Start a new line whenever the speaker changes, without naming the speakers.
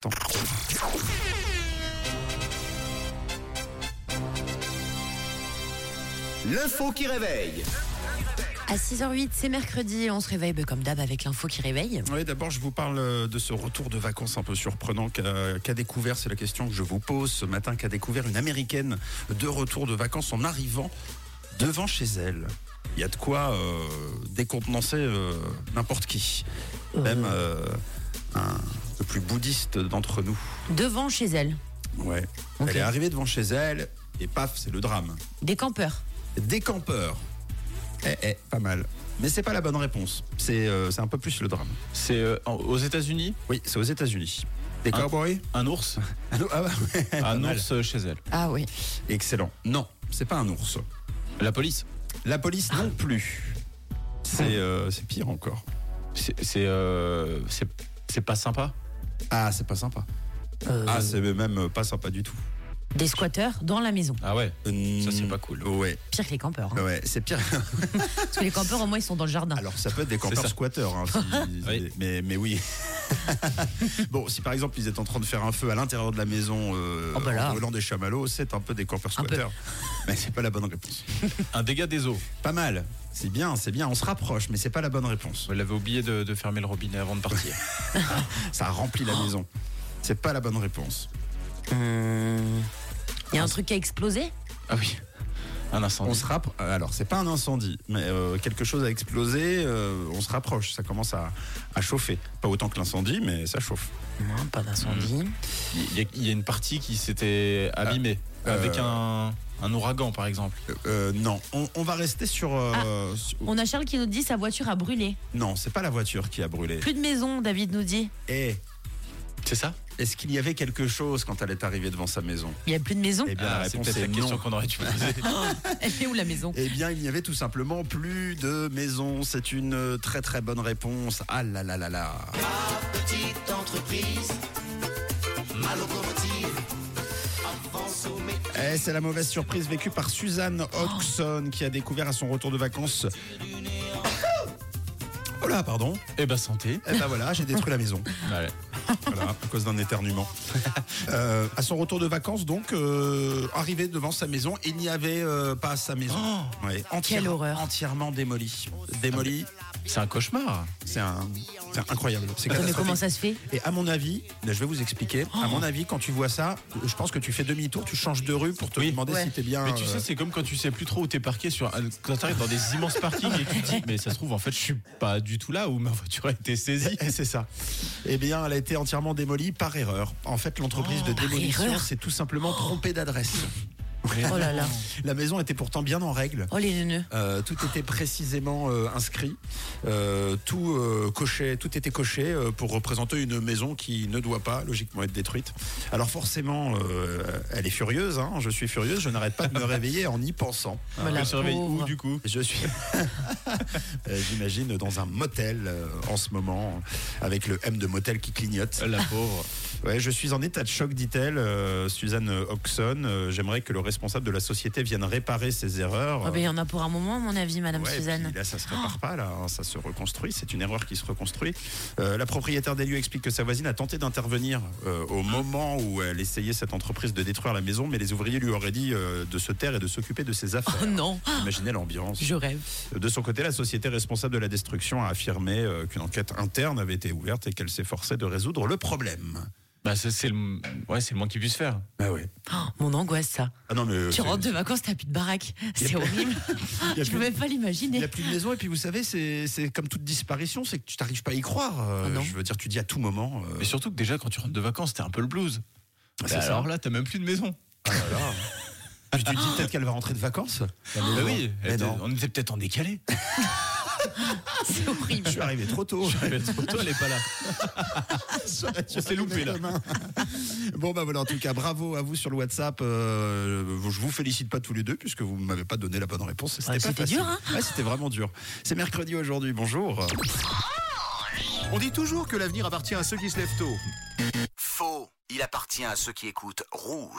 temps.
L'info qui réveille.
À 6h08, c'est mercredi, on se réveille ben, comme d'hab avec l'info qui réveille.
Oui, d'abord, je vous parle euh, de ce retour de vacances un peu surprenant qu'a qu'a découvert, c'est la question que je vous pose ce matin, qu'a découvert une américaine de retour de vacances en arrivant devant chez elle. Il y a de quoi euh, décontenancer euh, n'importe qui, même euh, un- le plus bouddhiste d'entre nous.
Devant chez elle,
Ouais.
Ok.
Elle est arrivée devant chez elle et paf, c'est le drame.
des campeurs.
Des campeurs. Eh, eh, pas mal. Mais c'est pas la bonne réponse. C'est euh, c'est un peu plus le drame.
C'est euh, en- aux États-Unis,
Oui, c'est aux États-Unis. Des
Ah.
cowboys
un ours,
Ah non, ah bah ouais, pas
un
mal.
ours euh, chez elle.
Ah oui.
Excellent. Non, c'est pas un ours.
La police,
La police non plus. C'est euh, c'est pire encore.
c'est c'est, euh, c'est c'est pas sympa.
Ah, c'est pas sympa.
Euh,
Ah, c'est même pas sympa du tout.
Des squatteurs dans la maison.
Ah ouais.
Euh,
Ça, c'est pas cool.
Ouais,
Pire que les campeurs. hein.
ouais, c'est pire.
Parce que les campeurs, au moins, ils sont dans le jardin.
Euh. Alors, ça peut être des
C'est
campeurs
ça.
squatteurs. hein, si-
Oui.
Mais, mais oui. bon, si par exemple ils étaient en train de faire un feu à l'intérieur de la maison euh,
Oh bah là.
en brûlant des chamallows, c'est un peu des campeurs
Un peu.
squatteurs. Mais c'est pas la bonne réponse.
Un dégât des eaux.
Pas mal. C'est bien, c'est bien. On se rapproche, mais c'est pas la bonne réponse.
Vous l'avez oublié de, de fermer le robinet avant de partir.
Ça remplit
Oh.
la maison. C'est pas la bonne réponse.
Hum, Il y a un truc qui a explosé
ah oui. Un incendie.
On se rapproche. Alors, c'est pas un incendie, mais euh, quelque chose a explosé. euh, on se rapproche. Ça commence à, à chauffer. Pas autant que l'incendie, mais ça chauffe.
Non, pas d'incendie.
Il y, a- il y a une partie qui s'était abîmée
Euh,
avec un, un ouragan par exemple.
Euh, euh, non, on, on va rester sur. euh, sur-
On a Charles qui nous dit sa voiture a brûlé.
Non, c'est pas la voiture qui a brûlé.
Plus de maison, David nous dit.
Et
C'est ça
est-ce qu'il y avait quelque chose quand elle est arrivée devant sa maison
Il n'y a plus de maison.
Eh bien,
Ah,
la
C'est
réponse
peut-être
est
la question
non.
qu'on aurait dû poser.
Elle est où la maison
Eh bien, il n'y avait tout simplement plus de maison. C'est une euh, très très bonne réponse. Ah là là là là.
petite entreprise, ma locomotive, avance au métier.
Eh, c'est la mauvaise surprise vécue par Suzanne Hodgson qui a découvert à son retour de vacances. Oh là, pardon.
Eh ben santé.
Eh ben voilà, j'ai détruit la maison.
Voilà.
Voilà, à cause d'un éternuement. Euh, à son retour de vacances, donc, euh, arrivé devant sa maison, il n'y avait euh, pas sa maison. Ouais,
Oh Quelle horreur.
Entièrement démolie. Démolie,
C'est un cauchemar.
c'est un- c'est incroyable. C'est
Attends, Mais
catastrophique.
comment ça Oh se fait
Et à mon avis, là, je vais vous expliquer. À mon avis, quand tu vois ça, je pense que tu fais demi-tour, tu changes de rue pour te
Oui.
demander
Ouais.
si t'es bien.
Mais tu
euh,
sais, c'est comme quand tu sais plus trop où t'es parqué sur. un- Quand t'arrives dans des immenses parkings et que tu te dis, mais ça se trouve, en fait, je suis pas du tout là où ma voiture a été saisie.
Eh, c'est ça. Eh bien, elle a été entièrement démolie par erreur. En fait, l'entreprise de
Oh, par
démolition
erreur.
s'est tout simplement trompée d'adresse.
Oh là là.
La maison était pourtant bien en règle.
Oh les neuneux.
Euh, tout était précisément euh, inscrit, Euh, tout euh, coché, tout était coché euh, pour représenter une maison qui ne doit pas logiquement être détruite. Alors forcément, euh, elle est furieuse. hein. je suis furieuse. Je n'arrête pas de me réveiller en y pensant.
Bah, la
Je surveille où
pauvre.
du coup
Je suis, Euh, j'imagine, dans un motel euh, en ce moment, avec le M de motel qui clignote.
La pauvre.
Ouais, je suis en état de choc, dit-elle, euh, Suzanne Oxon. Euh, J'aimerais que le responsable de la société vienne réparer ses erreurs.
Ah ben, Il y en a pour un moment, à mon avis, Madame
Ouais,
Suzanne. Oh
puis là, ça se répare pas, là, hein, ça se reconstruit. C'est une erreur qui se reconstruit. Euh, la propriétaire des lieux explique que sa voisine a tenté d'intervenir euh, au moment où elle essayait cette entreprise de détruire la maison, mais les ouvriers lui auraient dit euh, de se taire et de s'occuper de ses affaires.
Oh non,
Imaginez l'ambiance.
je rêve.
De son côté, la société responsable de la destruction a affirmé euh, qu'une enquête interne avait été ouverte et qu'elle s'efforçait de résoudre le problème.
Bah, ça, c'est le, ouais, c'est le moins qu'il puisse faire.
Ah ouais.
Oh, mon angoisse, ça.
Ah non, mais. euh,
Tu
c'est-
rentres de vacances, t'as plus de baraque. C'est horrible.
y a
Je
plus-
peux même pas
Il n'y a
l'imaginer.
plus de maison et puis vous savez c'est c'est comme toute disparition c'est que tu t'arrives pas à y croire Euh,
Ah non.
je veux dire tu dis à tout moment euh,
Mais surtout que déjà, quand tu rentres de vacances, t'es un peu le blues.
c'est
Bah,
ça.
alors là, t'as même plus de maison.
Ah là là. Puis tu te dis peut-être qu'elle va rentrer de vacances. Ah,
Bah oui,
Mais
elle-
non.
on était peut-être en décalé.
C'est horrible.
Je suis arrivé trop tôt.
Mais trop tôt, elle est pas là. On s'est loupé là.
Bon bah voilà en tout cas bravo à vous sur le WhatsApp. Euh, je vous félicite pas tous les deux puisque vous m'avez pas donné la bonne réponse. C'était
Ouais,
pas
c'était
facile.
dur, hein
Ouais, C'était vraiment dur. C'est mercredi aujourd'hui. Bonjour.
On dit toujours que l'avenir appartient à ceux qui se lèvent tôt.
Faux. Il appartient à ceux qui écoutent Rouge.